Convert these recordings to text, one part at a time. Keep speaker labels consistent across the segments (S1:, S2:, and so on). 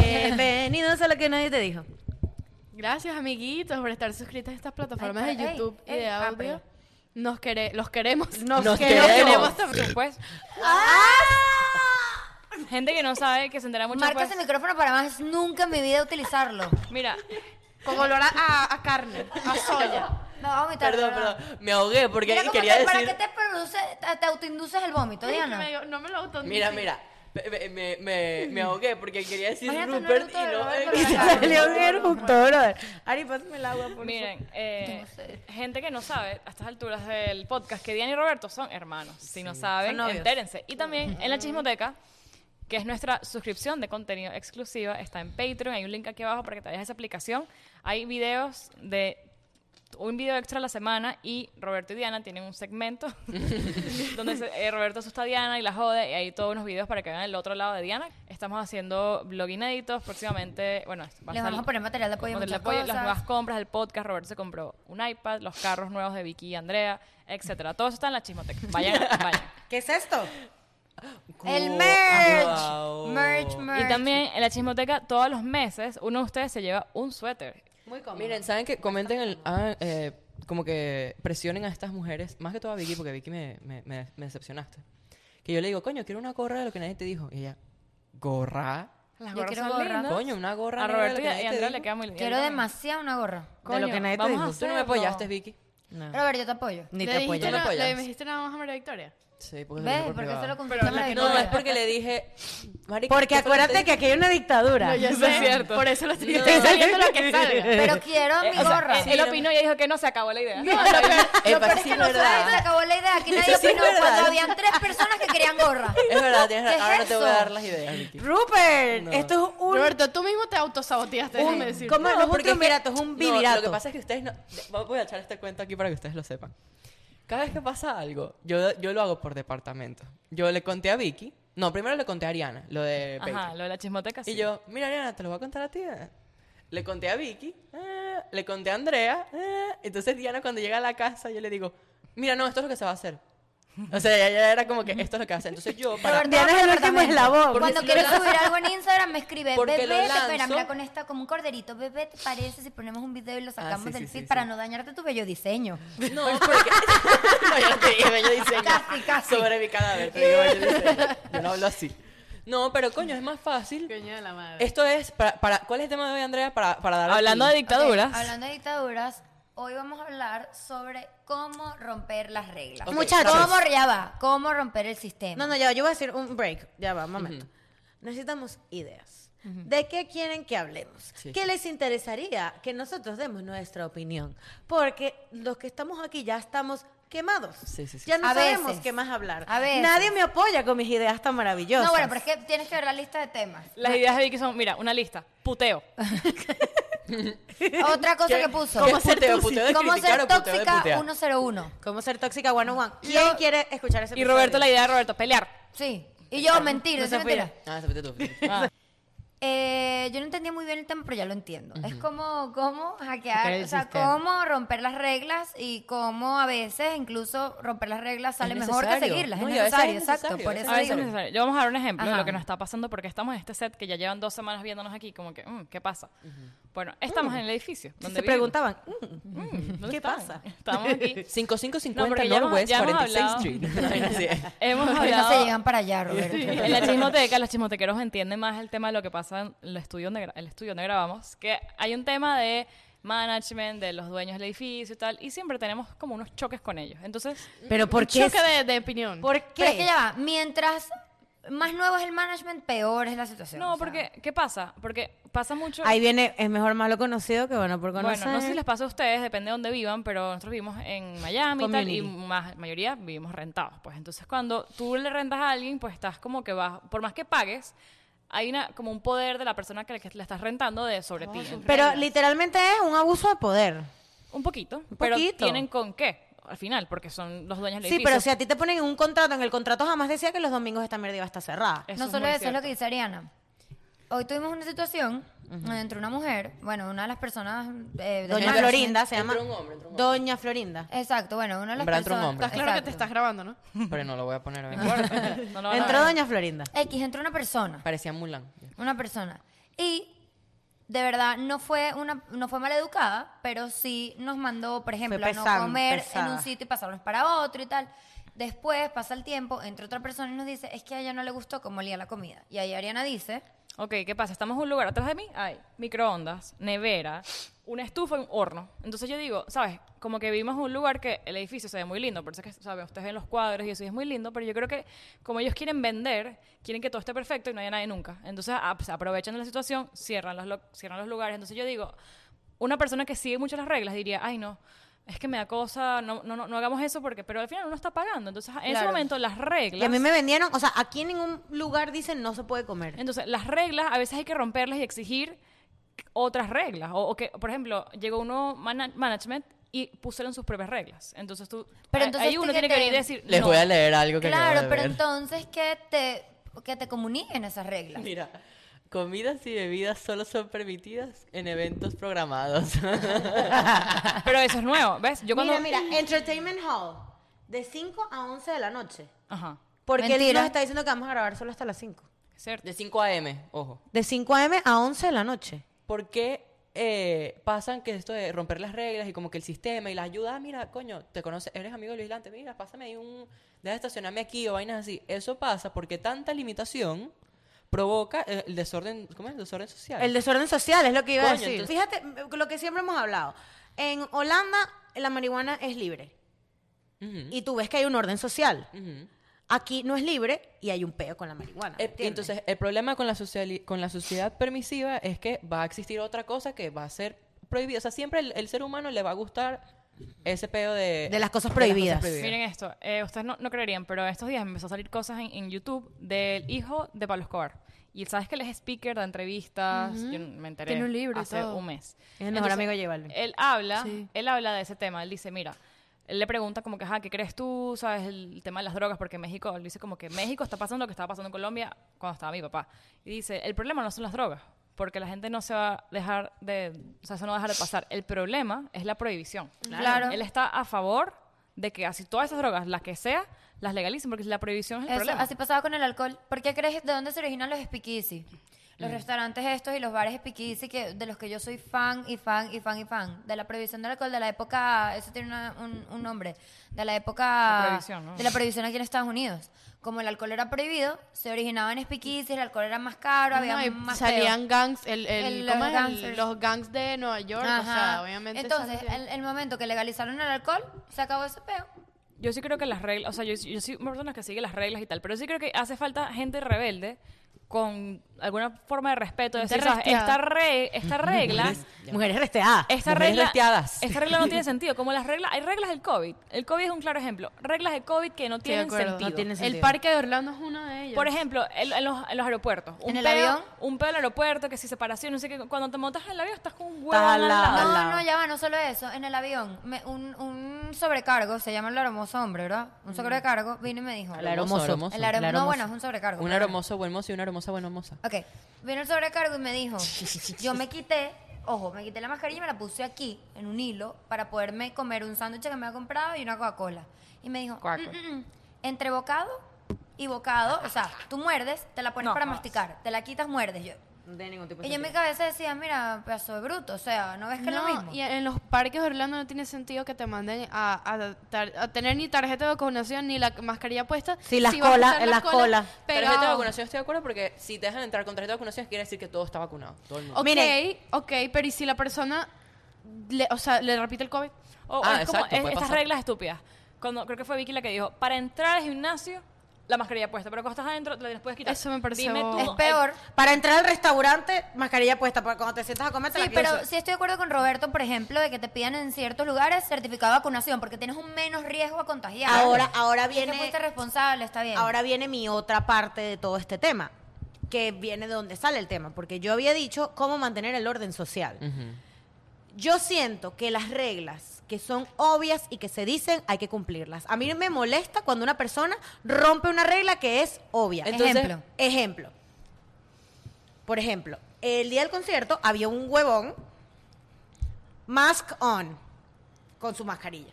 S1: Bienvenidos a lo que nadie te dijo.
S2: Gracias, amiguitos, por estar suscritos a estas plataformas
S1: Ay,
S2: de
S1: ey,
S2: YouTube y
S1: ey,
S2: de
S1: ah,
S2: audio.
S1: perdón.
S2: Nos quere- los queremos.
S1: Nos
S3: Nos
S1: queremos.
S2: Los
S3: queremos.
S2: queremos también, pues.
S4: Ah.
S5: Gente que no sabe, que se entera mucho
S4: Marca
S5: pues.
S4: ese micrófono para más nunca en mi vida utilizarlo.
S5: Mira,
S2: Con olor a, a- a carne, a soya.
S4: No, va a vomitar.
S3: Perdón,
S4: no, no.
S3: perdón. Me ahogué porque
S4: Mira, ¿cómo
S3: quería
S4: te-
S3: decir.
S4: ¿Para qué te produce, te, te autoinduces el vómito,
S2: Es que
S4: Diana?
S2: me dio- no me lo auto
S3: Mira, mira. pe- pe- Me, me, me ahogué porque quería decir
S4: Imagínate un
S3: Rupert
S4: eructo de Robert
S3: y
S4: con
S3: no. eh,
S4: la cara.
S1: Salió un eructo, brother. Ari, pásame el agua, por favor.
S5: miren, eh,
S4: No sé.
S5: gente que no sabe a estas alturas del podcast que Diana y Roberto son hermanos. Si no saben,
S1: Son novios.
S5: entérense. Y también en la chismoteca, que es nuestra suscripción de contenido exclusiva, está en Patreon. Hay un link aquí abajo para que te vayas a esa aplicación. Hay videos de un video extra a la semana y Roberto y Diana tienen un segmento donde se- eh, Roberto asusta a Diana y la jode y hay todos unos videos para que vean el otro lado de Diana. Estamos haciendo blog inéditos próximamente, bueno, va a
S4: Les vamos
S5: salir-
S4: a poner material de apoyo a
S5: Vamos a
S4: muchas
S5: poner el apoyo, las
S4: cosas.
S5: nuevas compras del podcast, Roberto se compró un iPad, los carros nuevos de Vicky y Andrea, etcétera. Todo eso está en la chismoteca. Vayan, vayan.
S1: ¿Qué es esto?
S4: El
S3: Guau.
S4: merch.
S3: ah,
S4: Merch, merch.
S5: Y también en la chismoteca, todos los meses, uno de ustedes se lleva un suéter.
S1: Muy cómodo.
S3: Miren, ¿saben qué? Comenten el. ah, eh, como que presionen a estas mujeres, más que todo a Vicky, porque Vicky me, me, me, me decepcionaste. Que yo le digo, coño, quiero una gorra de lo que nadie te dijo. Y ella, ¿gorra?
S5: Las
S4: Yo
S5: gorras
S4: quiero
S5: son
S4: gorra.
S5: lindas.
S3: Coño, una gorra
S5: A
S3: negra de
S5: Roberto
S3: lo
S5: y
S3: que
S5: a
S3: nadie te
S5: Andrea
S3: digo.
S5: le queda muy linda.
S4: Quiero demasiado una gorra.
S1: De lo que nadie te
S5: vamos
S1: dijo.
S5: a
S3: Tú no me
S5: hacerlo.
S3: apoyaste, Vicky.
S1: No.
S4: Robert, yo te apoyo.
S1: Ni
S2: le
S1: te
S2: dijiste
S1: apoyas.
S3: no-
S2: na-
S3: apoyas.
S2: le dijiste nada más a María Victoria.
S3: Sí, porque se lo
S4: ¿Ves?
S3: dijo por
S4: Porque eso lo
S3: privado.
S4: conquistó
S2: la
S4: María
S2: que
S3: No, es
S4: Victoria.
S3: porque le dije. "Marica,
S1: Porque
S3: ¿qué fue lo
S1: acuérdate que aquí hay una dictadura.
S2: No, yo
S5: Eso
S2: sé,
S5: es cierto.
S2: Por eso lo estoy
S3: No.
S2: diciendo lo que salga.
S4: Pero quiero mi
S5: O sea,
S4: gorra.
S5: él, él opinó y ella dijo que no, se acabó la idea.
S3: te dije?" Epa, sí es
S4: Ay, Se
S3: verdad.
S4: acabó la idea. Aquí nadie
S3: Eso sí es
S4: opinó
S3: verdad.
S4: cuando habían tres personas que querían gorra.
S3: Es verdad, tienes
S4: ¿Qué
S3: razón.
S4: es
S3: Ahora no te voy a
S4: eso?
S3: dar las ideas, Vicky.
S1: Rupert,
S3: No.
S1: esto es un.
S2: Roberto, tú mismo te autosaboteaste,
S1: un-
S2: déjame decir.
S1: ¿Cómo? No, es un
S3: porque es que-
S1: triunvirato, es un
S3: no,
S1: bivirato.
S3: lo que pasa es que ustedes no. de- Voy a echar este cuento aquí para que ustedes lo sepan. Cada vez que pasa algo, yo, yo lo hago por departamento. Yo le conté a Vicky. No, primero le conté a Ariana, lo de
S5: Ajá,
S3: Patreon.
S5: lo de la chismoteca sí.
S3: Y yo, mira, Ariana, te lo voy a contar a ti. eh". Le conté a Vicky, ah, le conté a Andrea. ah. Entonces, Diana, cuando llega a la casa, yo le digo, mira, no, esto es lo que se va a hacer. O sea, ya, ya era como que esto es lo que va a hacer. Entonces, yo, para,
S4: Roberto,
S1: Diana es el último
S4: Departamento.
S1: eslabón.
S3: Porque
S4: Cuando
S3: si
S4: quieres
S3: lo lanzo-
S4: subir algo en Instagram me escribe,
S3: Porque
S4: bebé,
S3: lo
S4: te-
S3: lanzo-
S4: espera, mira, con esta, como un corderito, bebé, ¿te parece si ponemos un video y lo sacamos
S3: sí,
S4: del
S3: sí,
S4: feed
S3: sí,
S4: para
S3: sí.
S4: no dañarte tu bello diseño?
S3: No, porque. no, yo no te dije bello diseño.
S4: Casi, casi.
S3: Sobre mi cadáver, te digo bello diseño. Yo no hablo así. No, pero coño, es más fácil.
S2: Coño de la madre.
S3: Esto es. Para, para- ¿Cuál es el tema de hoy, Andrea? Para, para dar.
S5: Hablando de dictaduras.
S4: Ok, hablando de dictaduras, hoy vamos a hablar sobre cómo romper las reglas.
S3: Ok,
S1: Muchachos.
S4: ¿Cómo, ya va, cómo romper el sistema?
S1: No, no, ya, yo voy a hacer un break. Ya va, un momento. Necesitamos ideas. ¿De qué quieren que hablemos?
S3: Sí.
S1: ¿Qué les interesaría que nosotros demos nuestra opinión? Porque los que estamos aquí ya estamos quemados.
S3: Sí, sí, sí.
S1: Ya no
S4: A
S1: sabemos
S4: veces.
S1: qué más hablar.
S4: A veces.
S1: Nadie me apoya con mis ideas tan maravillosas.
S4: No, bueno, pero es que tienes que ver la lista de temas.
S5: Las ideas de Vicky son, mira, una lista, puteo.
S4: Otra cosa que puso.
S3: ¿Cómo ser puteo, puteo de
S4: ¿Cómo
S3: criticar
S4: ser
S3: o puteo de
S4: tóxica
S3: putear?
S4: 101?
S1: ¿Cómo ser tóxica one on one? ¿Quién quiere escuchar ese
S5: Y Roberto, la
S1: episodio?
S5: idea de Roberto, pelear.
S4: Sí. Y yo, mentir,
S5: No
S4: decir
S5: se
S4: mentira.
S5: fue.
S3: Ah, se metió tú.
S5: Ah.
S4: Eh, yo no entendía muy bien el tema, pero ya lo entiendo. Es como cómo
S1: Hackear
S4: hackear,
S1: el
S4: o sea,
S1: sistema.
S4: cómo romper las reglas y cómo a veces incluso romper las reglas sale
S3: Es
S4: mejor que
S3: necesario.
S4: seguirlas.
S3: No,
S4: es
S3: y a veces
S4: necesario,
S3: es
S4: exacto.
S3: necesario,
S4: Por
S3: a
S4: eso
S5: A veces es
S4: digo.
S5: necesario. Yo vamos a dar un ejemplo de
S4: Ajá.
S5: lo que nos está pasando porque estamos en este set que ya llevan dos semanas viéndonos aquí, como que, mm, ¿qué pasa? Bueno, estamos en el edificio.
S1: Si se
S5: Donde vivimos.
S1: preguntaban, mm,
S5: Mm, ¿dónde
S1: ¿qué
S5: están?
S1: pasa?
S5: Estamos aquí.
S3: 5550
S5: No, porque ya hemos-
S3: Northwest
S5: ya hemos
S3: 46th
S5: hablado.
S3: Street. Sí.
S5: Hemos
S4: Por eso se
S5: hablado.
S4: llegan para allá, Roberto.
S5: En la chismoteca, los chismotequeros entienden más el tema de lo que pasa en el estudio donde, gra- el estudio donde grabamos, que hay un tema de management, de los dueños del edificio y tal, y siempre tenemos como unos choques con ellos. Entonces,
S1: ¿pero por qué?
S2: Choque de, de opinión.
S1: ¿Por
S4: Pero es que
S1: qué?
S4: ya va, mientras más nuevo es el management, peor es la situación. o
S5: no,
S4: sea.
S5: porque, ¿qué pasa? Porque pasa mucho...
S1: Ahí viene, es mejor malo conocido que bueno eh. por conocer.
S5: Bueno, no sé si les pasa a ustedes, depende de dónde vivan, pero nosotros vivimos en Miami y tal, y
S1: Community.
S5: más, mayoría vivimos rentados. Pues entonces cuando tú le rentas a alguien, pues estás como que vas, por más que pagues, hay una, como un poder de la persona que le, que le estás rentando de sobre ti.
S1: Pero literalmente es un abuso de poder.
S5: Un poquito, pero
S1: poquito.
S5: tienen con qué al final, porque son los dueños del
S1: Sí,
S5: edificio.
S1: pero si a ti te ponen en un contrato, en el contrato jamás decía que los domingos esta mierda iba a estar cerrada.
S5: Eso
S4: no
S5: es
S4: solo
S5: muy
S4: eso, es lo
S5: cierto.
S4: que dice Ariana. Hoy tuvimos una situación donde entró una mujer, bueno, una de las personas... eh, del
S1: Doña
S4: management.
S1: Florinda se llama.
S3: Entró un hombre, entró un hombre.
S1: Doña Florinda.
S4: Exacto, bueno, una de las
S3: Hombre, entró un
S4: personas...
S3: hombre.
S2: Estás claro que te
S4: Exacto.
S2: estás grabando, ¿no?
S3: Pero no lo voy a poner. a ver.
S5: No importa, no lo van a
S1: Entró
S5: ver.
S1: Doña Florinda.
S4: X, entró una persona.
S3: Parecía Mulan.
S4: Una persona. Y de verdad no fue una no fue mal educada, pero sí nos mandó, por ejemplo, a
S1: pesan-
S4: no comer en
S1: pesada.
S4: un sitio y pasarnos para otro y tal. Después pasa el tiempo, entra otra persona y nos dice, es que a ella no le gustó cómo olía la comida. Y ahí Ariana dice,
S5: Ok, ¿qué pasa? Estamos en un lugar atrás de mí, hay microondas, nevera, una estufa y un horno. Entonces yo digo, ¿sabes? Como que vivimos en un lugar que el edificio se ve muy lindo, por eso es que, ¿sabes? Ustedes ven los cuadros y eso y es muy lindo, pero yo creo que como ellos quieren vender, quieren que todo esté perfecto y no haya nadie nunca. Entonces ah, pues, aprovechan de la situación, cierran los, lo- cierran los lugares. Entonces yo digo, una persona que sigue mucho las reglas diría, ay no. Es que me da cosa, no, no, no, no hagamos eso porque, pero al final uno está pagando. Entonces, en ese
S4: Claro.
S5: momento, las reglas.
S1: Y a mí me vendieron, o sea, aquí en ningún lugar dicen no se puede comer.
S5: Entonces, las reglas a veces hay que romperlas y exigir otras reglas. O, o que, por ejemplo, llegó uno mana- management y pusieron sus propias reglas. Entonces tú.
S4: Pero
S5: ahí-
S4: entonces
S5: ahí uno tiene que
S4: fíjate-
S5: venir y decir.
S3: Les
S5: no.
S3: voy a leer algo que acabo
S4: claro,
S3: de
S4: pero
S3: ver.
S4: entonces que te, que te comuniquen esas reglas.
S3: Mira, comidas y bebidas solo son permitidas en eventos programados.
S5: Pero eso es nuevo, ¿ves? Yo cuando.
S1: Mira, mira, Entertainment Hall, de 5 a 11 de la noche.
S5: Ajá.
S1: Porque él
S4: Mentira.
S1: nos está diciendo que vamos a grabar solo hasta las 5.
S5: Cierto.
S3: De 5 a.m., ojo.
S1: De 5 a.m. a 11 de la noche.
S3: ¿Por qué eh, pasan que esto de romper las reglas y como que el sistema y la ayuda, ah, mira, coño, te conoces, eres amigo del vigilante, mira, pásame ahí un, deja de estacionarme aquí o vainas así. Eso pasa porque tanta limitación provoca eh, el desorden, ¿cómo es? El desorden social.
S1: El desorden social es lo que iba a
S3: Coño,
S1: decir.
S3: entonces-
S1: Fíjate m- lo que siempre hemos hablado. En Holanda la marihuana es libre.
S3: Ujú,
S1: Y tú ves que hay un orden social.
S3: ujú.
S1: Aquí no es libre y hay un peo con la marihuana.
S3: Eh,
S1: ¿entiendes?
S3: entonces, el problema con la, sociali- con la sociedad permisiva es que va a existir otra cosa que va a ser prohibida. O sea, siempre el, el ser humano le va a gustar ese pedo de...
S1: De las cosas prohibidas.
S5: Miren esto, eh, ustedes no, no creerían, pero estos días me empezó a salir cosas en, en YouTube del hijo de Pablo Escobar. Y sabes que él es speaker de entrevistas, yo n- me enteré
S2: Tiene un libro y
S5: hace
S2: todo.
S5: un mes.
S1: Es el mejor amigo de J Balvin.
S5: Él habla,
S2: Sí.
S5: él habla de ese tema, él dice, mira, él le pregunta como que, ajá, ¿qué crees tú? ¿Sabes el tema de las drogas? Porque México, él dice como que México está pasando lo que estaba pasando en Colombia cuando estaba mi papá. Y dice, el problema no son las drogas, porque la gente no se va a dejar de, o sea, eso no va a dejar de pasar. El problema es la prohibición.
S4: Claro.
S5: Él está a favor de que así todas esas drogas, las que sea, las legalicen, porque la prohibición es el
S4: Eso,
S5: problema.
S4: así pasaba con el alcohol. ¿Por qué crees de dónde se originan los speakeasy? Los
S5: Mm.
S4: restaurantes estos y los bares speakeasy que, de los que yo soy fan y fan y fan y fan. De la prohibición del alcohol, de la época... Eso tiene una- un, un nombre. De la época...
S5: La prohibición, ¿no?
S4: De la prohibición aquí en Estados Unidos. Como el alcohol era prohibido, se originaba en speakeasy, el alcohol era más caro, había
S2: No, y
S4: más peo.
S2: salían gangs, el, el,
S4: El-
S2: ¿cómo
S4: los
S2: es? El-
S4: gangsters.
S2: los gangs de Nueva York, o sea,
S4: Ajá.
S2: obviamente.
S4: Entonces,
S2: sale-
S4: el, el momento que legalizaron el alcohol, se acabó ese peo.
S5: Yo sí creo que las reglas, o sea, yo, yo soy una persona que sigue las reglas y tal, pero sí creo que hace falta gente rebelde con alguna forma de respeto, de
S2: Gente
S5: decir, ¿sabes?
S2: resteada.
S5: esta, re- esta regla,
S1: Mujeres resteadas.
S5: esta
S3: Mujeres
S5: regla,
S3: resteadas.
S5: esta regla no tiene sentido, como las reglas, hay reglas del COVID, el COVID es un claro ejemplo, reglas del COVID que no
S2: Estoy de
S5: tienen
S2: acuerdo.
S5: sentido.
S1: No tiene
S2: El
S1: sentido.
S2: parque de Orlando es uno de ellos.
S5: Por ejemplo, en, en los, en los aeropuertos. Un
S4: ¿En el
S5: pedo-
S4: avión?
S5: Un pedo al aeropuerto, que si separación, no sé qué. Cuando te montas en el avión estás con un huevo
S1: Estás
S5: al
S1: al
S5: lado.
S1: lado.
S4: No,
S1: lado.
S4: no, ya va, no solo eso. En el avión, me- un, un sobrecargo, se llama el hermoso hombre, ¿verdad? Un sobrecargo, vino y me dijo.
S1: El aromoso.
S3: aromoso.
S4: El arom-
S1: El
S4: No,
S1: aromoso.
S4: bueno, es un sobrecargo.
S3: Un
S4: perdón.
S3: hermoso buen mozo y una hermosa buena moza.
S4: Ok, vino el sobrecargo y me dijo, yo me quité, ojo, me quité la mascarilla y me la puse aquí, en un hilo, para poderme comer un sándwich que me había comprado y una Coca-Cola. Y me dijo,
S5: Coca-Cola.
S4: "Mm, mm, mm, entre bocado y bocado, o sea, tú muerdes, te la pones
S5: No,
S4: para
S5: jodas.
S4: masticar, te la quitas, muerdes. Yo,
S1: No tiene ningún tipo
S4: y yo en mi cabeza decía, mira, pedazo de bruto, o sea, ¿no ves que es lo
S2: No,
S4: mismo?
S2: y en los parques de Orlando no tiene sentido que te manden a, a tar- a tener ni tarjeta de vacunación ni la mascarilla puesta.
S1: Sí, las
S2: vas a
S1: colas-
S2: estar
S1: las colas.
S2: pegado.
S3: Tarjeta de vacunación estoy de acuerdo porque si te dejan entrar con tarjeta de vacunación quiere decir que todo está vacunado. Todo el mundo.
S2: Ok,
S1: Miren.
S2: ok, pero ¿y si la persona, le, o sea, le repite el COVID?
S5: O- o
S3: Ah,
S5: es como
S3: exacto,
S5: es-
S3: puede
S5: estas
S3: pasar.
S5: reglas estúpidas. Cuando, creo que fue Vicky la que dijo, para entrar al gimnasio, la mascarilla puesta, pero cuando estás adentro, te la puedes quitar.
S2: Eso me parece
S5: Dime tú,
S2: bobo.
S4: Es
S5: eh,
S4: peor.
S1: Para entrar al restaurante, mascarilla puesta. Para cuando te sientas a comer, te
S4: Sí,
S1: la
S4: pero
S1: quitas.
S4: sí estoy de acuerdo con Roberto, por ejemplo, de que te pidan en ciertos lugares certificado de vacunación porque tienes un menos riesgo a contagiar.
S1: Ahora, ahora
S4: Y es que
S1: viene...
S4: fuiste responsable, está bien.
S1: Ahora viene mi otra parte de todo este tema, que viene de donde sale el tema, porque yo había dicho cómo mantener el orden social. Yo siento que las reglas que son obvias y que se dicen hay que cumplirlas. A mí me molesta cuando una persona rompe una regla que es obvia.
S4: Entonces-
S1: ejemplo. Ejemplo. Por ejemplo, el día del concierto había un huevón mask on con su mascarilla.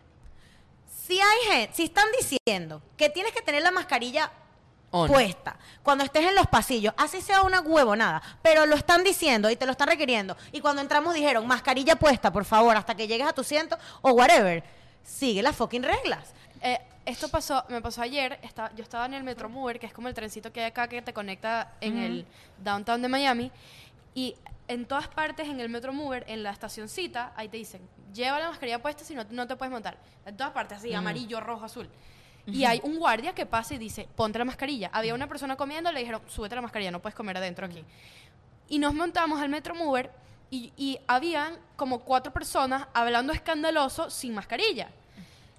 S1: Si hay gente, si están diciendo que tienes que tener la mascarilla
S3: On.
S1: puesta. Cuando estés en los pasillos, así sea una huevonada, pero lo están diciendo y te lo están requiriendo. Y cuando entramos dijeron, mascarilla puesta, por favor, hasta que llegues a tu ciento o whatever. Sigue las fucking reglas.
S2: Eh, esto pasó, me pasó ayer. esta- yo estaba en el Metromover, que es como el trencito que hay acá que te conecta en el downtown de Miami. Y en todas partes, en el Metromover, en la estacioncita, ahí te dicen: lleva la mascarilla puesta, si no, no te puedes montar. En todas partes, así, amarillo, rojo, azul. Y hay un guardia que pasa y dice: ponte la mascarilla. Había una persona comiendo, le dijeron: súbete la mascarilla, no puedes comer adentro aquí. Y nos montamos al Metromover y, y habían como cuatro personas hablando escandaloso sin mascarilla.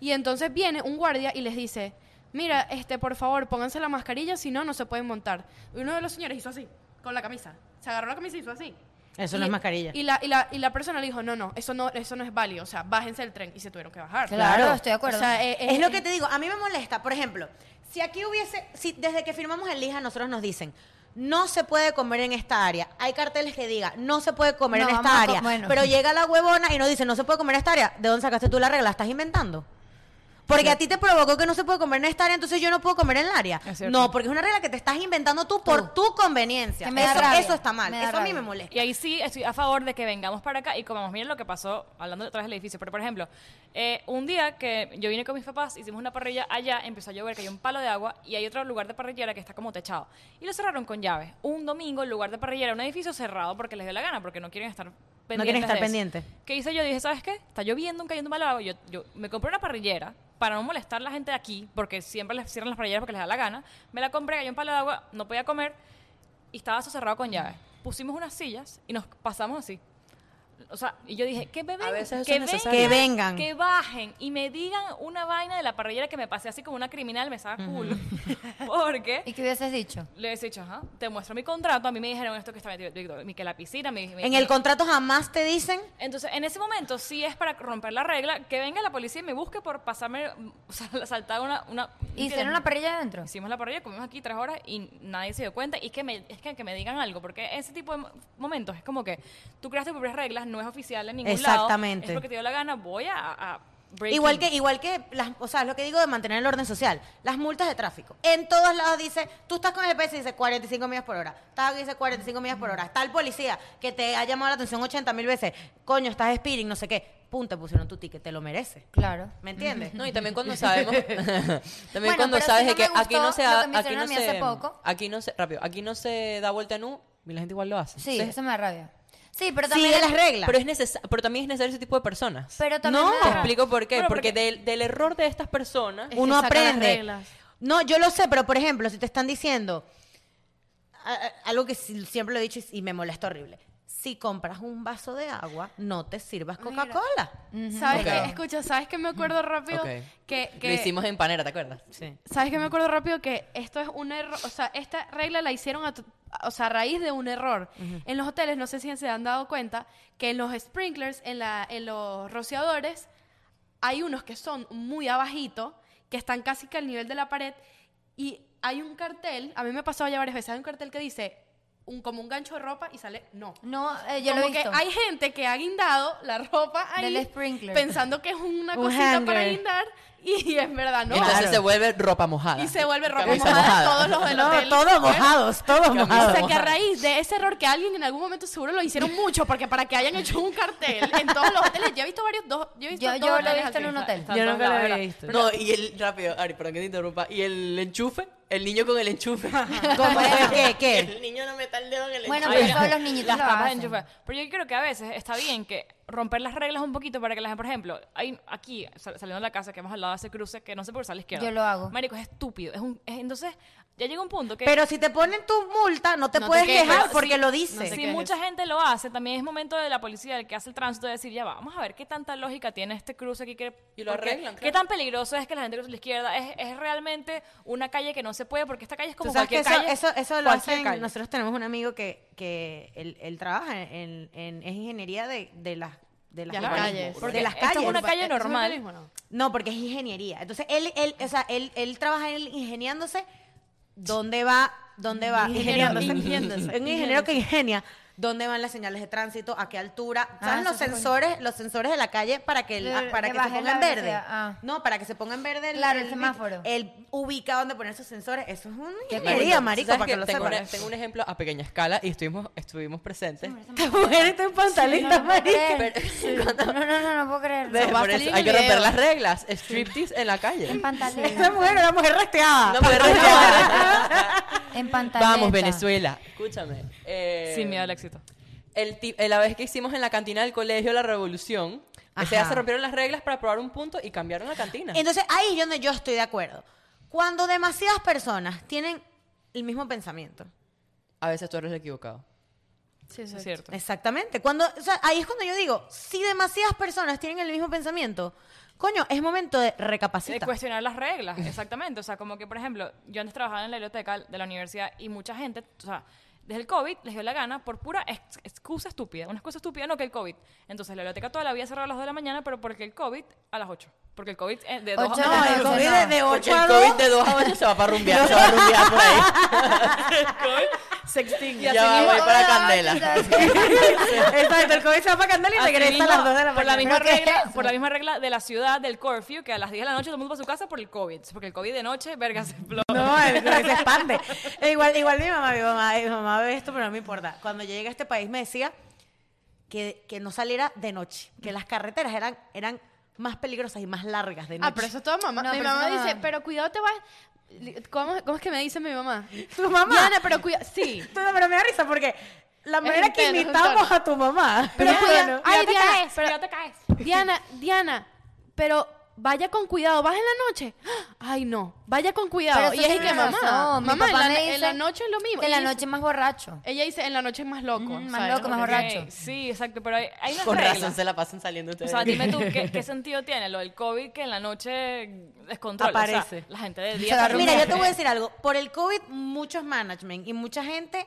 S2: Y entonces viene un guardia y les dice, mira, este, por favor, pónganse la mascarilla, si no, no se pueden montar. Y uno de los señores hizo así, con la camisa. Se agarró la camisa y hizo así.
S1: Eso
S2: Y-
S1: no es mascarilla.
S2: Y la, y, la, y la persona le dijo, no, no, eso no, eso no es válido. O sea, bájense del tren. Y se tuvieron que bajar.
S4: Claro, e, estoy de acuerdo.
S2: O sea, eh, eh,
S1: es lo
S2: eh,
S1: que te digo, a mí me molesta, por ejemplo, si aquí hubiese, si desde que firmamos el LIJA nosotros nos dicen, no se puede comer en esta área. Hay carteles que diga, no se puede comer
S4: No,
S1: en
S4: vamos
S1: esta
S4: a
S1: área.
S4: co- bueno.
S1: Pero llega la huevona y nos dice, no se puede comer en esta área. ¿De dónde sacaste tú la regla? ¿La estás inventando? Porque a ti te provocó que no se puede comer en esta área, entonces yo no puedo comer en el área.
S5: Es cierto.
S1: No, porque es una regla que te estás inventando tú por tu conveniencia.
S4: Que me da
S1: Eso,
S4: rabia.
S1: eso está mal.
S4: Me
S1: Eso
S4: da
S1: a mí
S4: rabia.
S1: me molesta.
S5: Y ahí sí estoy a favor de que vengamos para acá y comamos. Miren lo que pasó, hablando detrás del edificio. Pero, por ejemplo, eh, un día que yo vine con mis papás, hicimos una parrilla allá, empezó a llover, cayó un palo de agua y hay otro lugar de parrillera que está como techado. Y lo cerraron con llaves. Un domingo, el lugar de parrillera, un edificio cerrado porque les dio la gana, porque no quieren estar pendientes.
S1: quieren estar
S5: de eso.
S1: pendientes.
S5: ¿Qué hice yo? Dije, ¿sabes qué? Está lloviendo, cayendo un palo de agua. Yo, yo me compré una parrillera para no molestar a la gente de aquí, porque siempre les cierran las parrilleras porque les da la gana. Me la compré, cayó un palo de agua, no podía comer y estaba eso cerrado con llaves. Pusimos unas sillas y nos pasamos así. O sea, y yo dije, que beben,
S3: A veces eso
S5: que,
S3: es
S5: vengan,
S3: necesario.
S1: Que vengan.
S5: que bajen y me digan una vaina de la parrillera que me pasé así como una criminal, me estaba culo.
S4: ¿Y
S5: Porque
S4: qué hubieses dicho?
S5: le he dicho, ajá, te muestro mi contrato. A mí me dijeron esto que estaba que la piscina. Me, me-
S1: En el contrato jamás te dicen
S5: entonces, en ese momento sí es para romper la regla, que venga la policía y me busque por pasarme, o sea, saltar una... una
S4: ¿Hicieron una parrilla adentro?
S5: Hicimos la parrilla, comimos aquí tres horas y nadie se dio cuenta. Y es que me, es que, que me digan algo, porque ese tipo de mo- momentos es como que tú creas tus propias reglas, no es oficial en ningún
S1: Exactamente.
S5: lado. Es porque te dio la gana, voy a... a break
S1: Igual
S5: in.
S1: que, igual que las, o sea, es lo que digo de mantener el orden social, las multas de tráfico. En todos lados dice, tú estás con el GPS y dice 45 millas por hora, estás aquí dice 45 millas por hora, está el policía que te ha llamado la atención 80 mil veces, coño, estás speeding, no sé qué, pum, te pusieron tu ticket, te lo mereces.
S4: Claro.
S1: ¿Me entiendes?
S3: No, y también cuando sabemos, también
S4: Bueno,
S3: cuando
S4: pero
S3: sabes
S4: sí no
S3: de
S4: me
S3: que
S4: gustó
S3: aquí no se
S4: lo
S3: da,
S4: que me
S3: aquí
S4: hicieron a
S3: no
S4: mí
S3: se,
S4: hace poco.
S3: aquí no se, rápido, aquí no se da vuelta en U y la gente igual lo hace.
S4: Sí,
S3: Entonces,
S4: eso me da rabia. Sí, pero también...
S1: Sigue las reglas.
S3: pero es necesa- pero también es necesario ese tipo de personas.
S4: Pero también
S1: No.
S4: me da
S3: Te
S4: rabia.
S3: explico por qué,
S5: Bueno,
S3: porque,
S5: porque-
S3: del, del error de estas personas,
S2: Es que
S1: uno
S2: saca las
S1: aprende.
S2: reglas.
S1: No, yo lo sé, pero por ejemplo, si te están diciendo a- a- algo que si- siempre lo he dicho y, y me molesta horrible. Si compras un vaso de agua, no te sirvas
S2: Mira.
S1: Coca-Cola.
S3: Ok.
S2: ¿Sabes qué? Escucha, ¿sabes qué me acuerdo rápido?
S3: Ok.
S2: Que, que
S3: lo hicimos en panera, ¿te acuerdas?
S1: Sí.
S2: ¿Sabes qué me acuerdo rápido? Que esto es un error, o sea, esta regla la hicieron a, tu- a- o sea, a raíz de un error. En los hoteles, no sé si se han dado cuenta, que en los sprinklers, en, la, en los rociadores, hay unos que son muy abajito, que están casi que al nivel de la pared, y hay un cartel, a mí me ha pasado ya varias veces, hay un cartel que dice, un, como un gancho de ropa y sale, no.
S4: No, eh, yo
S2: Como
S4: lo he visto.
S2: que hay gente que ha guindado la ropa ahí
S4: Del sprinkler.
S2: pensando que es una
S1: Un
S2: cosita para
S1: hanger.
S2: guindar y es verdad, no.
S3: Entonces
S1: Claro.
S3: se vuelve ropa mojada.
S2: Y se vuelve ropa
S3: Camisa
S2: mojada, todos los ¿Eh? del
S1: No,
S2: hotel.
S1: todos
S2: ¿sabes?
S1: mojados, todos
S3: Camisa
S2: O
S1: mojados.
S2: sea, que a raíz de ese error que alguien en algún momento seguro lo hicieron mucho, porque para que hayan hecho un cartel en todos los hoteles, yo he visto varios, dos, yo he visto
S4: Yo-
S2: dos
S4: yo lo he
S2: hoteles
S4: visto en
S2: así.
S4: un hotel.
S5: Está- está
S1: Yo
S5: en todos
S1: nunca lo
S5: lados,
S1: había
S5: ¿verdad?
S1: visto.
S3: No, y el rápido, Ari, perdón que te interrumpa. Y el enchufe, el niño con el enchufe.
S1: ¿Cómo es? ¿Qué? ¿Qué?
S3: El niño no meta el dedo en el
S4: Bueno,
S3: enchufe.
S4: pero
S5: Ay,
S4: todos
S5: la-
S4: los niñitos
S5: las
S4: lo
S5: camas de
S4: hacen.
S5: enchufe. Pero yo creo que a veces está bien que romper las reglas un poquito para que la gente, por ejemplo, hay aquí sal- saliendo de la casa que hemos hablado de ese cruce que no sé por qué sale a la izquierda.
S4: Yo lo hago.
S5: Marico, es estúpido. Es un, es- entonces, ya llega un punto que
S1: Pero si te ponen tu multa, no te
S2: No te
S1: puedes
S2: quejes,
S1: quejar
S2: pero
S1: porque
S2: sí,
S1: lo
S2: no
S1: dice.
S2: sé
S5: si
S2: qué es
S5: mucha
S2: eso.
S5: gente lo hace, también es momento de la policía, del que hace el tránsito, de decir, ya va, vamos a ver qué tanta lógica tiene este cruce aquí. Que,
S3: Y lo
S5: porque
S3: arreglan,
S5: ¿Qué
S3: claro.
S5: tan peligroso es que la gente cruce a la izquierda? Es, es realmente una calle que no se puede, porque esta calle es
S1: Tú
S5: como
S1: sabes que
S5: cualquier
S1: eso,
S5: calle.
S1: eso, eso lo
S5: cualquier
S1: hacen.
S5: calle.
S1: Nosotros tenemos un amigo que, que él, él trabaja en, en- es ingeniería de, de las de las,
S2: De las
S1: urbanismo,
S2: calles.
S1: de
S5: Porque
S1: las
S5: esto es
S1: calles.
S5: una calle
S2: ¿Eso es
S5: normal.
S2: urbanismo, no?
S1: No, porque es ingeniería. Entonces él, él, o sea, él, él trabaja él ingeniándose dónde va, dónde va,
S2: Ingeniero,
S1: ingeniándose.
S2: ingeniándose.
S1: Un ingeniero que ingenia dónde van las señales de tránsito, a qué altura. ¿Sabes
S4: Ah, eso
S1: los
S4: está cool.
S1: sensores, los sensores de la calle para que, el-
S4: Eh,
S1: para
S4: que
S1: que, se
S4: baje la
S1: pongan verde?
S4: velocidad, ah.
S1: No, para que se pongan verde el,
S4: Claro, el semáforo.
S1: El ubica dónde poner esos sensores. Eso es una
S4: Qué
S1: ingeniería,
S4: cool.
S1: marico,
S3: ¿Sabes
S1: para que,
S3: qué?
S1: lo
S3: tengo,
S1: sepan.
S3: una- tengo un ejemplo a pequeña escala y estuvimos, estuvimos presentes.
S1: Esta mujer está en pantalita,
S4: No, no puedo
S1: marica.
S4: creer. No, no, no, no puedo creer.
S3: Por
S2: va a
S3: eso
S2: salir en
S3: hay
S2: el
S3: que romper
S2: video.
S3: las reglas. Striptease en la calle.
S4: En
S1: Esta
S4: pantaleta.
S1: mujer es una mujer rastreada.
S3: No puedes respirar.
S4: En pantaleta.
S3: Vamos, Venezuela. Escúchame. eh,
S5: Sin miedo al éxito.
S3: El ti- eh, la vez que hicimos en la cantina del colegio la revolución, o sea,
S1: Ajá.
S3: se rompieron las reglas para probar un punto y cambiaron la cantina.
S1: Entonces, ahí es donde yo estoy de acuerdo. Cuando demasiadas personas tienen el mismo pensamiento.
S3: A veces tú eres el equivocado.
S2: Sí,
S5: Eso es
S2: sí.
S5: cierto.
S1: Exactamente. Cuando, o sea, ahí es cuando yo digo, si demasiadas personas tienen el mismo pensamiento, coño, es momento de
S5: De
S1: recapacitar.
S5: eh, cuestionar las reglas, exactamente. O sea, como que, por ejemplo, yo antes trabajaba en la biblioteca de la universidad y mucha gente, o sea, desde el COVID les dio la gana por pura ex- excusa estúpida. Una excusa estúpida, no que el COVID. Entonces, la biblioteca toda la había cerrado a las 2 de la mañana, pero porque el COVID a las 8. Porque el COVID es de 2
S4: Ocho
S5: a
S4: de la
S1: no, el
S4: noche,
S1: COVID de, de
S3: Porque
S1: 8
S3: el
S1: a
S3: COVID
S1: 2.
S3: de 2 a 8 se va para rumbear, se va a rumbear por ahí.
S5: Se extingue.
S3: Y así Ya va, voy para Candela.
S1: Exacto, el COVID se va para Candela y
S5: Así
S1: regresa a
S5: mismo,
S1: las 2 de la
S5: por
S1: mañana.
S5: la misma
S4: ¿Pero qué es
S5: regla
S4: eso?
S5: por la misma regla de la ciudad del curfew que a las 10 de la noche todo el mundo va a su casa por el covid porque el covid de noche verga se explota
S1: No, el COVID se expande. E igual, igual mi mamá, mi mamá, mi mamá ve esto, pero no me importa. Cuando yo llegué a este país me decía que, que no saliera de noche, que las carreteras eran, eran más peligrosas y más largas de noche.
S2: Ah, pero eso es todo mamá.
S4: No,
S2: mi
S4: pero
S2: mamá
S4: eso es
S2: dice,
S4: mamá.
S2: pero cuidado te vas... ¿Cómo, ¿Cómo es que me dice mi mamá?
S1: Tu mamá.
S2: Diana, pero cuidado... Sí.
S1: Tú no, pero me da risa porque la manera
S2: un
S1: que
S2: tono, es un
S1: imitamos
S2: tono.
S1: a tu mamá.
S2: Pero
S1: es
S2: cuidado.
S1: bueno.
S2: Ay,
S5: te
S2: Diana,
S5: caes
S2: pero-
S5: ya te caes
S2: Diana, Diana, pero vaya con cuidado, vas en la noche. Ay, no, vaya con cuidado.
S4: Pero
S2: Y
S4: eso
S2: es que
S4: tiene
S2: mamá,
S4: razón. Mi
S2: mamá, en
S4: papá
S2: la,
S4: me
S2: en la
S4: dice
S2: noche es lo mismo.
S4: En la
S2: Ella dice-
S4: noche más borracho.
S2: Ella dice, en la noche es más loco.
S4: Ujú, más
S2: ¿sabes?
S4: loco, más
S2: Porque-
S4: borracho.
S5: sí exacto pero hay, hay unas
S3: Con
S5: reglas
S3: razón se la pasan saliendo
S5: o
S3: ustedes.
S5: sea, dime tú, ¿qué, qué sentido tiene lo del COVID que en la noche descontrola? O sea,
S1: Aparece.
S5: la gente del
S4: Se
S5: día...
S4: va a
S5: también-
S1: Mira, yo te voy a decir algo. Por el COVID, muchos management y mucha gente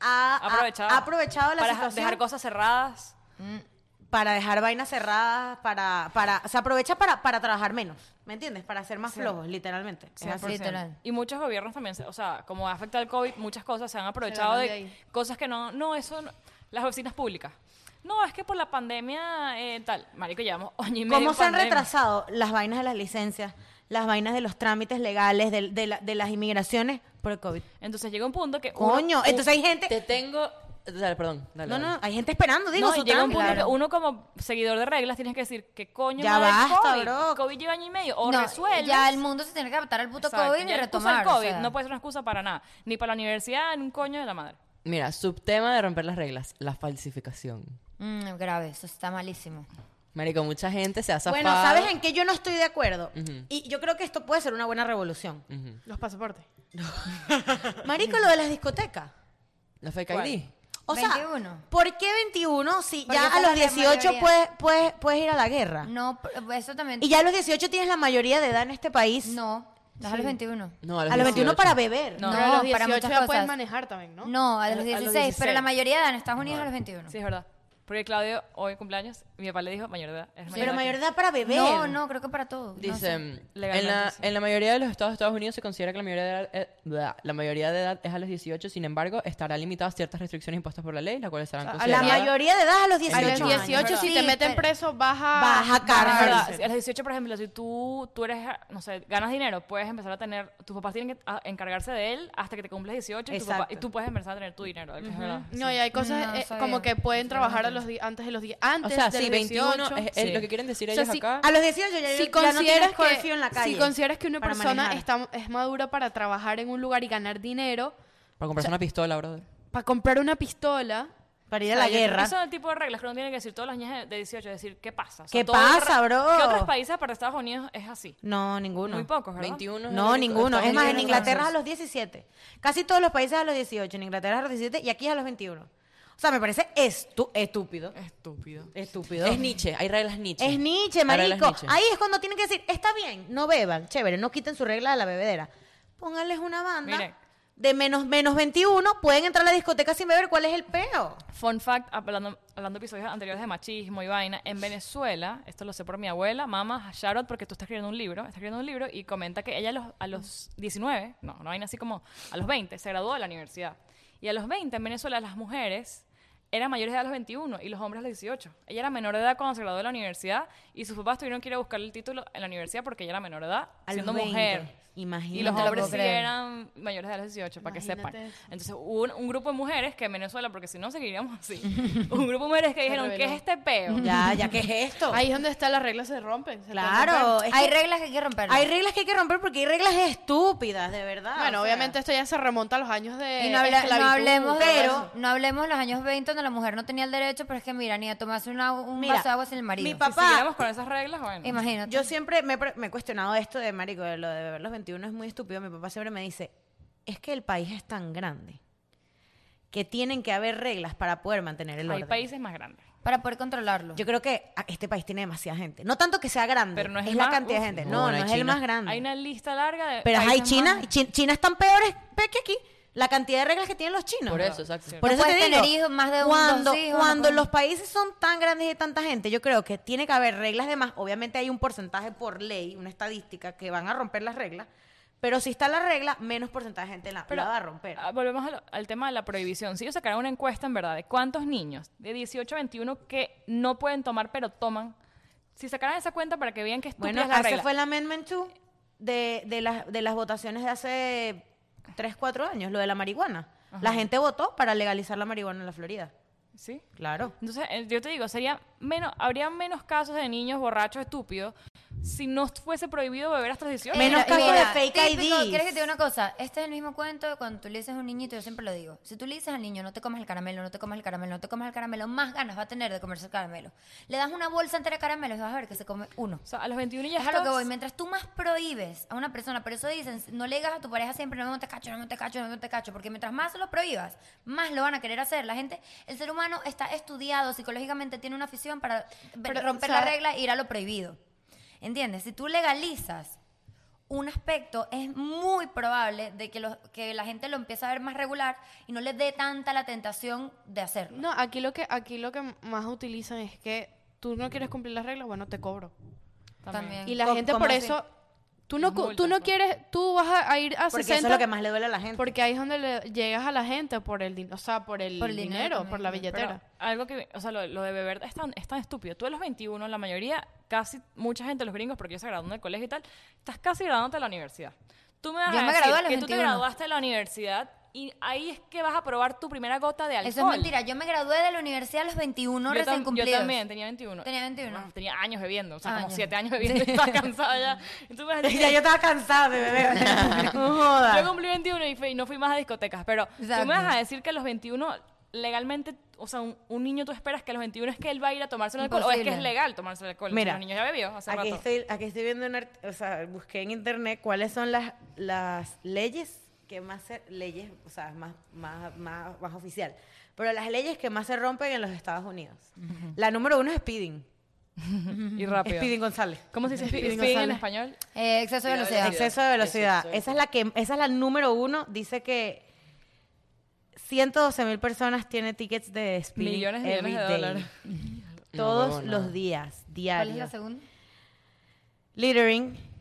S1: ha ha- ha aprovechado,
S5: Aprovechado.
S1: la
S5: Para
S1: situación
S5: dejar cosas cerradas.
S1: para dejar vainas cerradas, para, para, se aprovecha para, para trabajar menos, ¿me entiendes? Para ser más flojos, literalmente. Es así.
S4: Literal.
S5: Y muchos gobiernos también, se- o sea, como afecta el COVID, muchas cosas se han aprovechado
S2: agarran
S5: de,
S2: de ahí.
S5: cosas que no, no, eso, no- las oficinas públicas. No, es que por la pandemia eh, tal, marico, llevamos año y medio
S1: ¿Cómo
S5: en
S1: se han
S5: pandemia.
S1: retrasado las vainas de las licencias, las vainas de los trámites legales, de, de la- de las inmigraciones por el COVID?
S5: Entonces llega un punto que... uno-
S1: Coño,
S3: Un-
S1: entonces hay gente...
S3: Te tengo... Dale, perdón. Dale,
S1: No,
S3: dale.
S1: no, hay gente esperando, digo,
S5: no,
S1: su
S5: y llega un
S1: trámite.
S5: punto que uno como seguidor de reglas tienes que decir que coño
S1: Ya
S5: madre,
S1: basta,
S5: COVID,
S1: bro.
S5: COVID lleva año y medio o
S4: No,
S5: resuelves.
S4: Ya el mundo se tiene que adaptar al puto
S5: Exacto,
S4: COVID y
S5: ya excusa
S4: retomar.
S5: el
S4: o
S5: COVID
S4: sea.
S5: no puede ser una excusa para nada, ni para la universidad, ni un coño de la madre.
S3: Mira, subtema de romper las reglas, la falsificación.
S4: Mm, grave, eso está malísimo.
S3: Marico, mucha gente se ha zafado.
S1: Bueno, ¿sabes en qué yo no estoy de acuerdo? Y yo creo que esto puede ser una buena revolución.
S2: Los pasaportes.
S1: Marico, lo de las discotecas.
S3: ¿La fake ID?
S1: O sea,
S4: 21.
S1: ¿por qué 21 si
S4: Porque
S1: ya
S4: esa
S1: a
S4: es la
S1: los 18
S4: mayoría.
S1: puedes, puedes, puedes ir a la guerra?
S4: No, pero eso también.
S1: Y ya a los 18 tienes la mayoría de edad en este país.
S4: No, es a los 21.
S3: No,
S1: A los 21
S3: 18.
S1: para beber.
S4: No,
S2: Pero a los
S4: para
S2: 18
S4: muchas
S2: ya pueden
S4: cosas.
S2: manejar también, ¿no?
S4: No, a los 16, pero
S5: 16.
S4: la mayoría de en Estados Unidos a los 21.
S5: Sí, es verdad. Porque Claudio hoy cumpleaños, mi papá le dijo mayor de edad. Es
S1: Pero
S5: de
S1: mayor de edad para beber.
S4: No, no, creo que para todo. no
S3: Dice,
S4: sé.
S3: en,
S5: Legalmente,
S3: la,
S5: sí.
S3: en la mayoría de los estados de Estados Unidos se considera que la mayoría de edad, eh, bla, la mayoría de edad es a los 18, sin embargo, estará limitada a ciertas restricciones impuestas por la ley, las cuales serán
S2: a la
S1: La
S3: consideradas...
S1: mayoría de edad a los
S2: A
S1: 18
S2: los
S1: años.
S2: 18 si
S4: Sí,
S2: te meten
S4: pero-
S2: preso baja...
S1: Baja
S5: Es
S1: cárcel.
S5: verdad. Si A los 18, por ejemplo, si tú, tú eres, no sé, ganas dinero, puedes empezar a tener, tus papás tienen que ah, encargarse de él hasta que te cumples 18 y, tu papá-
S1: Exacto.
S5: y tú puedes empezar a tener tu dinero. que es verdad.
S2: No, y hay cosas
S4: No,
S2: eh,
S4: sabía.
S2: como que pueden trabajar a los di- antes de los 10.
S3: O
S2: Antes
S3: sea,
S2: de
S3: sí,
S2: los
S3: 21
S2: 18.
S3: es, es
S5: Sí.
S3: lo que quieren decir
S2: O sea,
S3: ellos
S2: si-
S3: acá.
S1: A los 18 ya,
S2: si
S1: ya no tienes
S2: consideras que
S1: curfew en la calle.
S2: si consideras que una
S1: para
S2: persona
S1: manejar.
S2: está, es madura para trabajar en un lugar y ganar dinero
S3: Para comprarse una pistola, brother.
S2: para comprar una pistola
S1: Para ir a la guerra.
S5: Eso es el tipo de reglas que uno tiene que decir todas las niñas de 18, es decir, ¿qué pasa? O sea,
S1: ¿Qué
S5: todo-
S1: pasa, bro?
S5: ¿Qué otros países aparte de Estados Unidos es así?
S1: No, ninguno.
S5: Muy pocos, ¿verdad?
S3: 21 es
S1: No,
S3: el único-
S1: ninguno.
S3: Estados
S1: Es más, en
S3: Unidos-
S1: Inglaterra es a los 17. Casi todos los países a los 18. En Inglaterra es a los 17 y aquí es a los 21. O sea, me parece estu- estúpido.
S5: Estúpido.
S1: Estúpido.
S3: Es Nietzsche, hay reglas Nietzsche.
S1: Es Nietzsche,
S3: Hay reglas
S1: marico.
S3: Nietzsche.
S1: Ahí es cuando tienen que decir, está bien, no beban, chévere, no quiten su regla de la bebedera. Pónganles una banda
S5: Miren.
S1: de menos, menos 21, pueden entrar a la discoteca sin beber, ¿cuál es el peo?
S5: Fun fact, hablando, hablando de episodios anteriores de machismo y vaina, en Venezuela, esto lo sé por mi abuela, mamá, Sharot, porque tú estás escribiendo un libro, estás escribiendo un libro y comenta que ella a los, a los 19, no, no vaina así como a los 20, se graduó de la universidad. Y a los 20 en Venezuela las mujeres eran mayores de edad a los 21 y los hombres a los 18. Ella era menor de edad cuando se graduó de la universidad y sus papás tuvieron que ir a buscarle el título en la universidad porque ella era menor de edad,
S1: A los
S5: siendo
S1: 20.
S5: mujer.
S1: Imagínate.
S5: Y los
S4: No te lo
S5: hombres
S4: puedo
S5: sí
S4: creer.
S5: eran mayores de edad a los 18, para que sepan.
S2: Imagínate eso.
S5: Entonces hubo un, un grupo de mujeres que en Venezuela, porque si no seguiríamos así, un grupo de mujeres que dijeron, ¿qué es
S2: reveló.
S5: este peo?
S1: Ya, ya, ¿qué es esto?
S2: Ahí es donde está las reglas se rompen. se te
S1: claro.
S2: rompen.
S1: es
S4: hay
S1: que
S4: reglas que hay que romper.
S1: hay reglas que hay que romper porque hay reglas estúpidas, de verdad.
S2: Bueno,
S1: o sea.
S2: obviamente esto ya se remonta a los años de
S4: Y no, hable- no
S2: Eh, esclavitud,
S4: hablemos de
S2: todo
S4: pero,
S2: eso.
S4: no hablemos de los años 20 donde la mujer no tenía el derecho, pero es que mira, ni a tomarse una- un
S1: Mira,
S4: vaso de agua sin el marido.
S1: mi
S5: Si
S1: papá-
S5: siguiéramos con esas reglas, bueno.
S4: Imagínate.
S1: Yo siempre me, he pre- me he cuestionado esto de marico, de lo de beber los 21 es muy estúpido. Mi papá siempre me dice, es que el país es tan grande que tienen que haber reglas para poder mantener el
S5: Hay
S1: orden.
S5: países más grandes.
S4: para poder controlarlo.
S1: Yo creo que ah, este país tiene demasiada gente. No tanto que sea grande,
S5: Pero no es el
S1: la
S5: más-
S1: cantidad de
S5: uf,
S1: gente.
S3: no,
S1: No, no,
S3: bueno, hay
S1: es el
S3: China.
S1: más grande.
S5: Hay una lista larga de...
S1: Pero hay
S5: países
S1: China,
S5: más-
S1: y Chi- China están peores pe- que aquí. La cantidad de reglas que tienen los chinos.
S3: Por eso, exacto.
S1: Por
S4: No
S1: eso
S4: puedes
S1: te digo,
S4: tener hijos, más de un-
S1: cuando,
S4: dos hijos, no
S1: cuando
S4: puedes-
S1: los países son tan grandes y hay tanta gente, yo creo que tiene que haber reglas de más. Obviamente hay un porcentaje por ley, una estadística, que van a romper las reglas. Pero si está la regla, menos porcentaje de gente la,
S5: Pero,
S1: la va a romper.
S5: ah, Volvemos a lo- al, tema de la prohibición. Si ellos sacaran una encuesta, en verdad, de cuántos niños de 18 a 21 que no pueden tomar, pero toman, si sacaran esa cuenta para que vean que estúpida
S1: Bueno,
S5: es la
S1: ese
S5: regla.
S1: fue el Amendment 2 de, de, las, de las votaciones de hace 3, 4 años, lo de la marihuana. La gente votó para legalizar la marihuana en la Florida.
S5: ¿Sí?
S1: Claro.
S5: Entonces, eh, yo te digo, sería menos, habría menos casos de niños borrachos estúpidos si no fuese prohibido beber hasta los 18.
S1: Menos
S4: Mira,
S1: casos
S4: mira,
S1: de fake
S4: típico,
S1: IDs.
S4: ¿Quieres que te diga una cosa? Este es el mismo cuento de cuando tú le dices a un niñito, yo siempre lo digo. Si tú le dices al niño, no te comas el caramelo, no te comas el caramelo, no te comas el caramelo, más ganas va a tener de comerse el caramelo. Le das una bolsa entera de caramelos y vas a ver que se come uno.
S5: O sea, a los 21 ya
S4: Es a lo que
S5: estás-
S4: voy. Mientras tú más prohíbes a una persona, por eso dicen, no le digas a tu pareja siempre, no me te cacho, no me te cacho, no me te cacho, porque mientras más se lo prohíbas, más lo van a querer hacer. La gente, el ser humano está estudiado psicológicamente, tiene una afición para
S2: Pero,
S4: romper
S2: o sea,
S4: la regla e ir a lo prohibido. ¿Entiendes? Si tú legalizas un aspecto, es muy probable de que, los- que la gente lo empiece a ver más regular y no le dé tanta la tentación de hacerlo.
S2: No, aquí lo que aquí lo que más utilizan es que tú no quieres cumplir las reglas, bueno, te cobro.
S4: También.
S2: Y la
S1: ¿Cómo-
S2: gente
S1: cómo
S2: por
S1: así? pues.
S2: eso tú no
S5: Las
S2: cu- tú
S5: multas,
S2: no
S5: ¿no?
S2: quieres, tú vas a, a ir a
S1: Porque
S2: 60
S1: eso es lo que más le duele a la gente.
S2: porque ahí es donde le llegas a la gente por el, din- o sea, por el,
S4: Por el dinero
S2: dinero,
S4: también,
S2: por la
S4: también,
S5: Pero
S2: billetera.
S5: algo que, o sea, lo, lo de beber es tan, es tan estúpido. Tú a los 21, la mayoría, casi mucha gente, los gringos, porque yo se graduaron del colegio y tal, estás casi graduándote de la universidad. Tú me vas
S4: Yo
S5: a
S4: me
S5: decir
S4: gradué a los
S5: que tú te
S4: 21.
S5: graduaste de la universidad y ahí es que vas a probar tu primera gota de alcohol.
S4: Eso es mentira. Yo me gradué de la universidad a los 21
S5: yo,
S4: recién
S5: tam- yo
S4: cumplidos.
S5: también tenía 21.
S4: Tenía 21.
S5: Ah, tenía años bebiendo, o sea,
S2: Ah,
S5: como
S4: Años.
S5: 7 años bebiendo y estaba cansada ya. Y tú me vas a decir
S1: ya
S5: que-
S1: yo estaba cansada de beber. No
S5: yo
S1: joda.
S5: cumplí 21 y, fui- y no fui más a discotecas, pero tú
S4: Exacto.
S5: me vas a decir que a los 21 legalmente, o sea, un, un niño tú esperas que a los 21 es que él va a ir a tomarse el alcohol o es que es
S4: Imposible.
S5: legal tomarse el alcohol.
S1: Mira,
S5: los niños ya bebió hace
S1: Aquí
S5: rato.
S1: estoy, aquí estoy viendo, un art- o sea, busqué en internet cuáles son las, las leyes que más se- leyes, o sea, más, más, más, más oficial, pero las leyes que más se rompen en los Estados Unidos. La número uno es speeding.
S5: Y rápido.
S1: Speeding González.
S5: ¿Cómo se dice
S2: Speeding
S5: speeding en
S2: González.
S5: español?
S4: Eh, exceso de
S3: Y la
S4: velocidad.
S3: velocidad.
S1: Exceso de velocidad.
S3: Eso, eso,
S1: Esa es la que, esa es la número uno. Dice que 112 mil personas tiene tickets de speeding
S5: Millones y millones de
S1: every day.
S5: dólares.
S1: Todos
S3: huevona.
S1: los días,
S4: ¿Cuál es la
S1: diarios.
S4: segunda?
S1: Littering,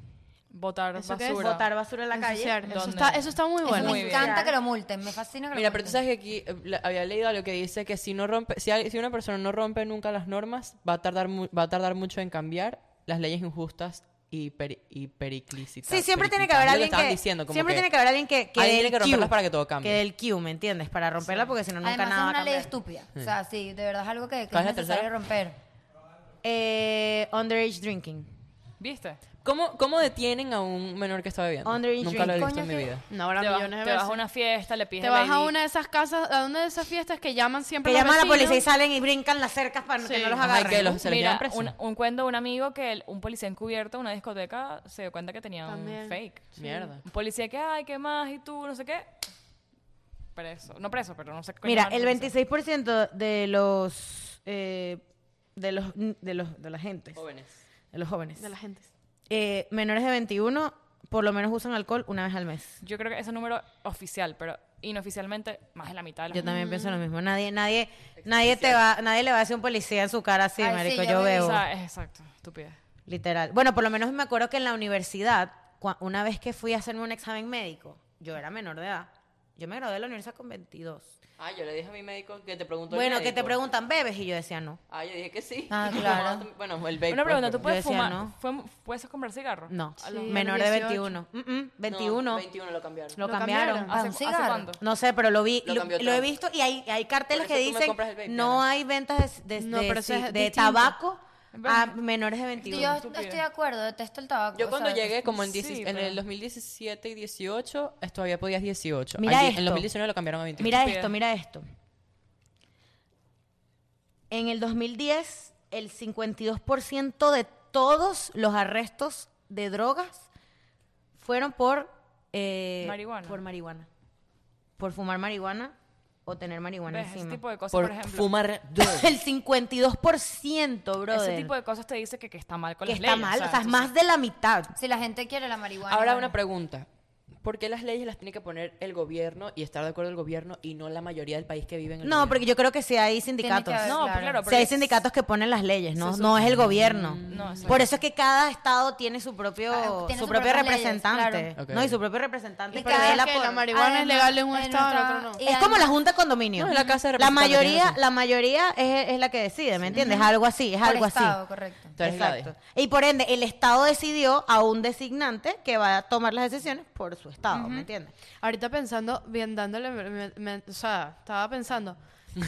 S5: Botar
S2: ¿Eso qué es?
S5: basura.
S1: botar basura en la
S2: Ensuciar.
S1: calle.
S2: Eso
S5: ¿Dónde?
S2: está eso está muy bueno.
S4: me
S5: Muy bien.
S4: encanta que lo multen, me fascina que lo
S3: Mira, pero tú
S4: multen.
S3: sabes que aquí eh, la- había leído algo que dice que si no rompe, si, al- si una persona no rompe nunca las normas, va a tardar mu- va a tardar mucho en cambiar las leyes injustas y, peri- y periclícitas.
S1: Sí, siempre tiene que
S3: periclitas.
S1: haber
S3: Es lo
S1: alguien
S3: estaban
S1: que,
S3: diciendo, como
S1: siempre tiene que haber alguien que, que
S3: alguien
S1: dé
S3: tiene
S1: el
S3: que romperlas
S1: cue,
S3: para que todo cambie.
S1: Que del Q, ¿me entiendes? Para romperla porque si no nunca
S4: Además
S1: nada va
S4: es
S1: a
S4: una ley
S1: cambiar.
S4: estúpida. O sea, sí, de verdad es algo que, que
S3: ¿Cuál
S4: es
S3: es la
S4: necesario
S3: tercera?
S4: romper.
S1: Eh, underage drinking.
S5: ¿Viste?
S3: ¿Cómo, ¿Cómo detienen a un menor que está bebiendo?
S1: Underage
S3: Nunca lo he
S1: drink.
S3: visto en mi
S4: Coño,
S3: vida.
S2: No, ahora
S5: te vas,
S2: millones de
S5: te
S2: veces.
S5: vas a una fiesta, le pides
S2: Te
S5: el
S2: vas a
S5: ID.
S2: una de esas casas, a una de esas fiestas que llaman siempre
S1: Que
S2: los
S1: llaman a la
S2: vecinos.
S1: policía y salen y brincan las cercas para que
S2: Sí.
S1: no los
S2: Ajá,
S1: agarren.
S3: que los- se los
S5: Mira,
S3: llevan presos.
S5: un, un cuento de un amigo que el- un policía encubierto en una discoteca se dio cuenta que tenía un
S2: También.
S5: fake.
S3: Mierda.
S5: Un policía que, ay, ¿qué más? ¿Y tú? No sé qué. Preso. No preso, pero no sé qué.
S1: Mira,
S5: llaman
S1: el
S5: preso.
S1: 26% de los, eh, de los de los de la gente,
S3: Jóvenes.
S1: de los jóvenes,
S2: de la gente.
S1: eh, menores de 21 por lo menos usan alcohol una vez al mes.
S5: Yo creo que ese número oficial, pero inoficialmente más de la mitad de los
S1: Yo también pienso
S3: Mm.
S1: lo mismo. Nadie, nadie, nadie te va, nadie le va a decir a un policía en su cara así,
S4: Ay, sí,
S1: marico.
S4: yo
S1: yo
S4: vi
S1: veo.
S5: O sea, es exacto, estupidez.
S1: Literal. Bueno, por lo menos me acuerdo que en la universidad, cua- una vez que fui a hacerme un examen médico, yo era menor de edad. Yo me gradué de la universidad con 22.
S3: Ah, yo le dije a mi médico que te preguntó. el
S1: Bueno, que te
S3: médico.
S1: preguntan, ¿bebes? Y yo decía, no.
S3: Ah, yo dije que sí.
S4: Ah, claro.
S3: bueno, el vape.
S5: Una pregunta, ¿tú
S1: Yo
S5: puedes
S1: decía,
S5: fumar?
S1: no.
S5: fue- ¿Puedes comprar cigarro?
S1: No.
S2: A los
S1: Menor de
S2: 18.
S1: 21. Mm, mm, 21.
S3: 21 lo cambiaron.
S1: Lo
S2: Lo
S1: cambiaron.
S2: cambiaron.
S4: Ah,
S5: ¿Hace,
S4: un
S5: ¿hace
S4: cigarro.
S5: cuándo?
S1: No sé, pero lo vi,
S3: Lo
S1: lo,
S3: cambió
S1: lo he
S3: Trump.
S1: visto y hay, hay carteles
S3: Por
S1: que
S3: eso tú me
S1: dicen
S3: compras el vape,
S1: no
S3: Diana".
S1: hay ventas de, de-
S2: No,
S1: de-
S2: pero eso es
S1: de
S2: distinto.
S1: tabaco a
S5: Bueno.
S1: menores de
S4: Yo
S1: 21.
S5: estúpida.
S4: estoy de acuerdo, detesto el tabaco.
S3: Yo
S4: o
S3: cuando
S4: sea,
S3: llegué, como en,
S5: sí,
S3: 10 en
S5: pero-
S3: el 2017 y 18, es- todavía podías 18.
S1: Mira
S3: Allí-
S1: esto.
S3: En 2019 lo cambiaron a 21.
S1: Mira
S5: estúpida.
S1: esto, mira esto. En el 2010, el 52% de todos los arrestos de drogas fueron por eh,
S5: Marihuana.
S1: Por marihuana. Por fumar marihuana o tener marihuana
S5: ¿Ves? Ese
S1: encima.
S5: tipo de cosas, por,
S3: por
S5: ejemplo.
S3: fumar dos.
S1: El 52%, brother.
S5: Ese tipo de cosas te dice que, que está mal con
S1: que
S5: las
S1: está
S5: leyes,
S1: mal, o sea, es
S5: entonces-
S1: más de la mitad.
S4: Si la gente quiere la marihuana.
S3: Ahora
S4: bueno.
S3: una pregunta. ¿Por qué las leyes las tiene que poner el gobierno y estar de acuerdo el gobierno y no la mayoría del país que vive en el
S1: No,
S3: gobierno?
S1: porque yo creo que sí hay sindicatos.
S4: haber,
S1: No,
S5: No,
S4: Claro.
S5: pues claro.
S1: sí hay
S5: porque-
S1: sindicatos que ponen las leyes, no, no es el gobierno.
S5: Mm, No, exacto.
S1: Por eso es que cada estado tiene su propio,
S4: Ah, tiene
S1: su
S4: sus
S1: propio
S4: propias leyes,
S1: representante.
S3: claro. Ok.
S1: No, y su propio representante
S4: Y
S1: que
S4: cada
S1: vela
S2: que la
S1: por-
S2: mari-
S5: Ah,
S2: marihuana es legal en un estado, en
S4: nuestra-
S2: otro no.
S4: y
S1: es como la
S4: además-
S1: junta de condominio.
S3: No, es la Casa
S1: La
S3: de Representantes,
S1: mayoría,
S3: tiene eso.
S1: la mayoría es, es la que decide, ¿me entiendes? Algo así, es
S4: por
S1: algo
S4: estado,
S1: así.
S4: correcto.
S3: Tú eres Gladys.
S1: Exacto. Y por ende, el Estado decidió a un designante que va a tomar las decisiones por su Estado, ¿me entiendes?
S2: Ahorita pensando, bien dándole, me- me- me- o sea, estaba pensando,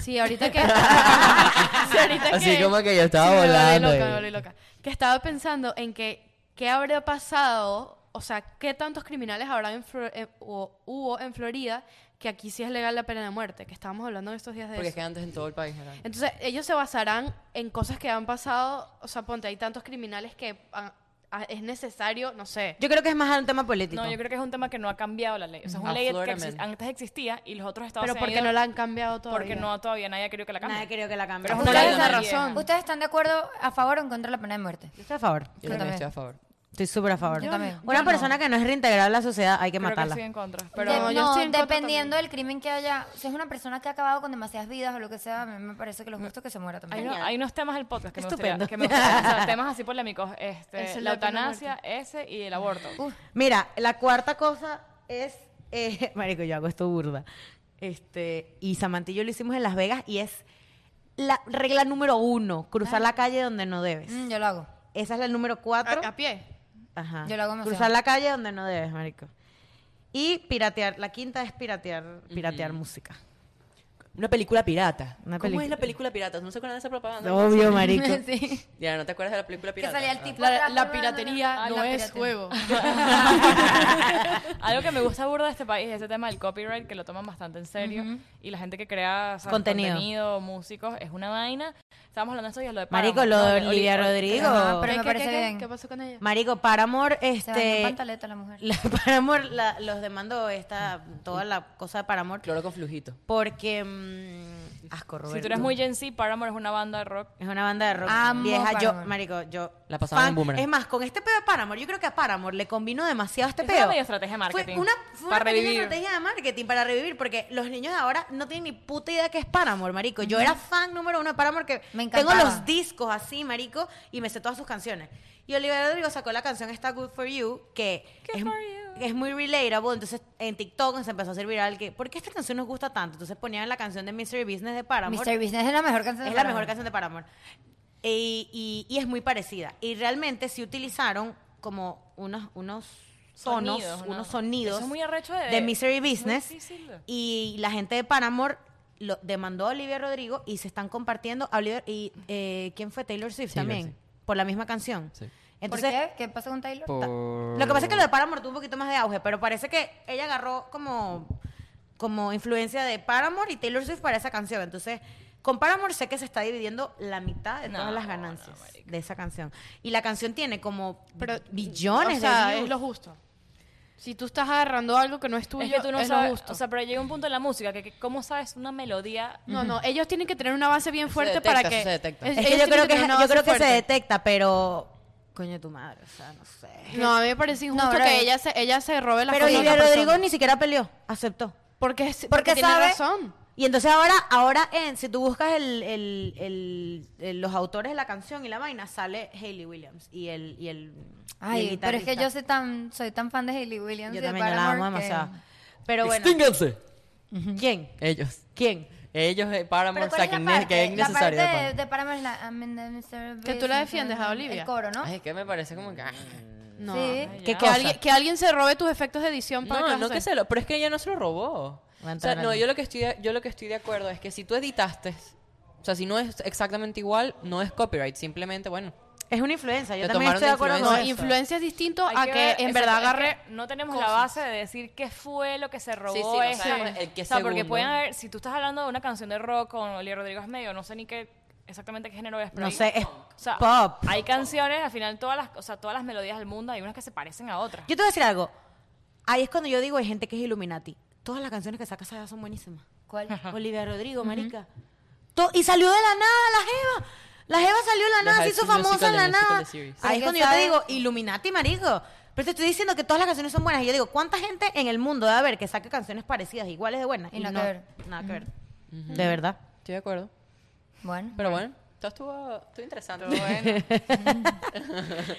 S2: sí, ahorita que... sí, ahorita
S3: Así como que yo estaba
S2: me volví
S3: volando
S2: loca,
S3: y-
S2: me volví loca. Que estaba pensando en que, ¿qué habría pasado? O sea, ¿qué tantos criminales habrán en Flo- eh, o hubo en Florida que aquí sí es legal la pena de muerte? Que estábamos hablando en estos días de
S3: Porque
S2: eso.
S3: es que antes en todo el país era.
S2: Entonces, ellos se basarán en cosas que han pasado. O sea, ponte, hay tantos criminales que ah, ah, es necesario, no sé.
S1: Yo creo que es más un tema político.
S5: No, yo creo que es un tema que no ha cambiado la ley. O sea, es una ley que
S3: Aflórame.
S5: exi- antes existía y los otros estados
S2: Pero
S5: se
S2: porque
S5: han ido
S2: no la han cambiado todavía.
S5: porque no todavía nadie ha querido que la cambie.
S1: Nadie creo que la cambie.
S5: Pero
S1: Pero
S5: es una
S4: Ustedes
S5: ley
S4: están-
S5: muy
S2: razón.
S5: vieja.
S4: ¿Ustedes están de acuerdo a favor o en contra de la pena de muerte?
S1: estoy a favor.
S3: Yo también
S4: también.
S3: estoy a favor.
S1: Estoy súper a favor.
S4: Yo también.
S1: Una
S4: Yo no.
S1: persona que no es reintegrada a la sociedad hay que
S5: Creo que
S1: matarla.
S5: estoy en contra.
S4: Pero
S5: Pero
S2: De-
S4: no,
S2: yo estoy en contra
S4: dependiendo del crimen que haya, si es una persona que ha acabado con demasiadas vidas o lo que sea, a mí me parece que lo justo es que se muera
S5: hay,
S4: también.
S5: uno- hay unos temas del podcast que
S1: Estupendo.
S5: me gustaría, que me gustaría- o sea, temas así polémicos. Este,
S2: Esa es
S5: la
S2: la pena de
S5: eutanasia, ese y el aborto.
S4: Uf,
S1: Mira, la cuarta cosa es. eh, marico, yo hago esto burda. Este, y Samantha y yo lo hicimos en Las Vegas y es la regla número uno: cruzar la calle donde no debes.
S4: mm, yo lo hago.
S1: Esa es la número cuatro.
S2: A, a pie.
S1: Ajá.
S4: Yo lo hago demasiado.
S1: Cruzar la calle donde no debes, marico. Y piratear. La quinta es piratear, piratear música.
S3: Una película pirata.
S1: Una
S3: ¿Cómo es
S1: película-
S3: la película pirata? ¿No se acuerdan de esa propaganda?
S1: Obvio, marico.
S4: Sí.
S3: Ya, ¿no te acuerdas de la película
S4: Que
S3: pirata? Ah.
S4: salía el tipo.
S2: La,
S4: atrás,
S2: la
S4: bla, bla, bla, bla.
S2: piratería
S4: Ah,
S2: no
S4: la
S2: es
S4: piratería.
S2: juego.
S5: Algo que me gusta burda de este país es ese tema del copyright, que lo toman bastante en serio. Y la gente que crea o sea,
S1: Contenido.
S5: contenido, músicos, es una vaina. Estábamos hablando de eso y es lo de
S1: Marico,
S5: Paramount,
S1: lo
S5: ¿no?
S1: de
S5: Oli-
S1: Olivia
S5: Oli-
S1: Rodrigo.
S4: Ajá, pero
S2: ¿Qué,
S4: me
S2: qué,
S4: parece
S2: qué,
S4: bien.
S2: ¿Qué pasó con ella?
S1: Marico, Paramore,
S4: Se bañó en
S1: este.
S4: pantaleta la mujer.
S1: La, Paramore, la- los demandó esta, toda la cosa de Paramore.
S3: Cloro con flujito.
S1: Porque. mm, asco, Roberto.
S5: Si tú eres muy Gen Z, Paramore es una banda de rock.
S1: Es una banda de rock
S4: Amo
S1: vieja. Yo,
S4: Paramore.
S1: marico, yo.
S3: La pasaban en Boomerang.
S1: Es más, con este pedo de Paramore, yo creo que a Paramore le combinó demasiado este
S5: Esa
S1: pedo.
S5: era medio estrategia de marketing.
S1: Fue una, fue una
S5: Para
S1: pequeña
S5: revivir.
S1: estrategia de marketing para revivir, porque los niños de ahora no tienen ni puta idea qué es Paramore, marico. Yo era fan número uno de Paramore, que
S4: Me
S1: tengo
S4: encantaba.
S1: los discos así, marico, y me sé todas sus canciones. Y Olivia Rodrigo sacó la canción esta Good For You, que es, que es muy relatable. Entonces, en TikTok se empezó a hacer viral que, ¿por qué esta canción nos gusta tanto? Entonces ponían la canción de Mystery Business de Paramore.
S4: Mr. Business es la mejor canción. de
S1: Es la
S4: Paramore.
S1: mejor canción de Paramore. Y, y- y es muy parecida. Y realmente sí utilizaron como unos, unos tonos,
S5: Sonidos, ¿no?
S1: unos sonidos
S5: Eso es muy arrecho de-
S1: Misery
S5: muy
S1: Business.
S5: difícil.
S1: Y la gente de Paramore lo demandó a Olivia Rodrigo y se están compartiendo. a Olivia- y, eh, ¿Quién fue? Taylor Swift
S3: Taylor,
S1: también. Por la misma canción.
S3: Sí.
S1: Entonces,
S4: ¿Por qué? ¿Qué pasó con Taylor?
S1: lo que pasa es que lo de Paramore tuvo un poquito más de auge, pero parece que ella agarró como, como influencia de Paramore y Taylor Swift para esa canción. Entonces, con Paramore sé que se está dividiendo la mitad de todas
S5: No,
S1: las
S5: no,
S1: ganancias
S5: marica.
S1: de esa canción. Y la canción tiene como
S2: Pero,
S1: billones
S2: o sea,
S1: de
S2: es lo justo. Si tú estás agarrando algo que no es tuyo,
S5: Es que tú no
S2: es
S5: sabes,
S2: lo justo.
S5: o sea, pero llega un punto en la música que, que cómo sabes una melodía
S2: no, no, ellos tienen que tener una base bien fuerte
S3: detecta,
S2: para que...
S3: eso se detecta.
S2: ellos
S1: Es que yo
S2: tienen
S1: creo que,
S2: tener una
S1: yo
S2: base
S1: creo que se
S2: fuerte.
S1: detecta, pero... Coño, tu madre, o sea, no sé.
S2: No, a mí me parece injusto
S4: brother.
S2: que ella se, ella se robe las
S1: Pero
S2: cosas de
S1: Olivia
S2: otra persona.
S1: Rodrigo ni siquiera peleó, aceptó.
S2: Porque, es-
S1: Porque,
S2: porque
S1: sabe.
S2: tiene razón.
S1: Y entonces ahora, ahora en, si tú buscas el, el- el- el- los autores de la canción y la vaina, sale Hayley Williams y el, y el, y el
S4: Ay, pero es que
S1: guitarrista.
S4: yo soy tan, soy tan fan de Hailey Williams. y
S1: Yo
S4: de
S1: también yo la amo
S4: Paramore que-
S1: demasiado. Pero bueno,
S3: ¡Extínganse!
S1: ¿Quién?
S3: Ellos.
S1: ¿Quién?
S3: Ellos, eh, Paramore,
S4: Pero ¿cuál es la
S3: Zack
S4: parte?
S3: Nef- que es pues.
S4: la parte
S3: innecesario. de
S4: de,
S1: pues.
S3: pana.
S4: de Paramore es la... I'm in the service,
S2: Que tú la defiendes a Olivia.
S4: El coro, ¿no?
S3: Ay, que me parece como que... ah.
S2: No.
S4: Sí.
S5: Ya.
S1: ¿Qué
S2: Que,
S1: cosa?
S2: alguien, que alguien se robe tus efectos de edición para
S3: No, no que se lo... Pero es que ella no se lo
S1: Va
S3: robó.
S1: a
S3: O sea,
S1: entrar
S3: no,
S1: alguien.
S3: yo lo, que estoy de, yo lo que estoy de acuerdo es que si tú editaste, o sea, si no es exactamente igual, no es copyright, simplemente, bueno.
S1: Es una influencia. Yo
S3: Te
S1: también
S3: tomaron
S1: estoy de acuerdo
S3: influencia.
S2: No,
S1: con eso.
S2: influencia es distinto
S5: Hay
S2: a que,
S5: ver,
S2: en
S5: exacto,
S2: verdad
S5: es que
S2: agarre.
S5: No tenemos la
S2: cosas.
S5: base de decir qué fue lo que se robó
S3: Sí, sí, no
S5: esto.
S3: sabemos el qué
S5: o sea, porque
S3: segundo.
S5: pueden haber, si tú estás hablando de una canción de rock con Olivia Rodrigo medio, no sé ni qué exactamente qué género es, pero
S1: No
S5: hay-
S1: sé, es
S5: o sea,
S1: pop.
S5: Hay canciones, al final todas las, o sea, todas las melodías del mundo hay unas que se parecen a otras.
S1: Yo te voy a decir algo. Ahí es cuando yo digo, hay gente que es Illuminati. Todas las canciones que saca Sara son buenísimas.
S4: ¿Cuál?
S1: Olivia Rodrigo, marica. To- y salió de la nada la jeva. La jeva salió de la
S3: The
S1: nada, se
S3: High
S1: hizo
S3: School
S1: famosa
S3: Musical,
S1: en
S3: the
S1: la
S3: musical,
S1: nada.
S3: the series.
S1: Ahí
S4: Alguien
S1: es cuando yo te
S4: sabe-
S1: digo, Illuminati, marico. Pero te estoy diciendo que todas las canciones son buenas. Y yo digo, ¿cuánta gente en el mundo debe haber que saque canciones parecidas, iguales de buenas?
S4: Y nada que ver.
S1: Nada que ver. De verdad.
S3: Estoy de acuerdo.
S4: Bueno.
S3: Pero bueno, todo estuvo, estuvo interesante.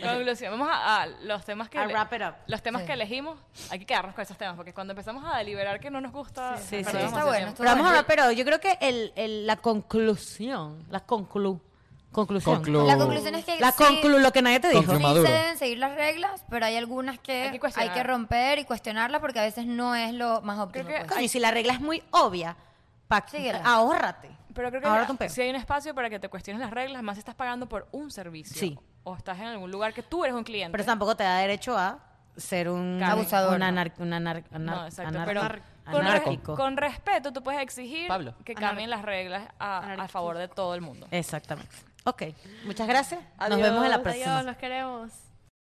S5: Conclusión, vamos a, a los temas que
S1: I'll wrap it up.
S5: los temas
S4: Sí.
S5: que elegimos, hay que quedarnos con esos temas porque cuando empezamos a deliberar que no nos gusta,
S1: Sí, sí.
S5: perdemos
S1: Está
S5: demasiado
S4: bueno,
S5: tiempo.
S4: está
S1: Pero vamos a ver,
S4: bueno.
S1: pero yo creo que el, el- la conclusión, la conclu, conclusión.
S6: Conclu-
S4: La conclusión es que
S1: La
S4: sí,
S1: conclu, lo que nadie te dijo.
S4: sí
S6: Maduro.
S4: se deben seguir las reglas, pero hay algunas que
S5: Hay que
S4: hay que,
S5: cuestionar.
S4: romper y cuestionarlas porque a veces no es lo más óptimo.
S5: Creo que-
S4: pues.
S1: Coño, si la regla es muy obvia, pa-
S4: Síguela.
S1: ahórrate.
S5: Pero creo que
S1: ahórrate un peo.
S5: si hay un espacio para que te cuestiones las reglas, más si estás pagando por un servicio.
S1: Sí.
S5: O estás en algún lugar que tú eres un cliente.
S1: Pero tampoco te da derecho a ser un
S5: Carne.
S4: Abusador,
S1: un
S4: ¿no?
S1: anar- un anar- anar-
S5: no, exacto.
S1: anar-
S5: Pero
S1: anar-
S5: con, re-
S1: anárquico.
S5: con respeto, tú puedes exigir
S3: Pablo.
S5: que cambien las reglas a, a favor de todo el mundo.
S1: Exactamente. Ok, muchas gracias. Nos vemos en la próxima.
S2: los queremos.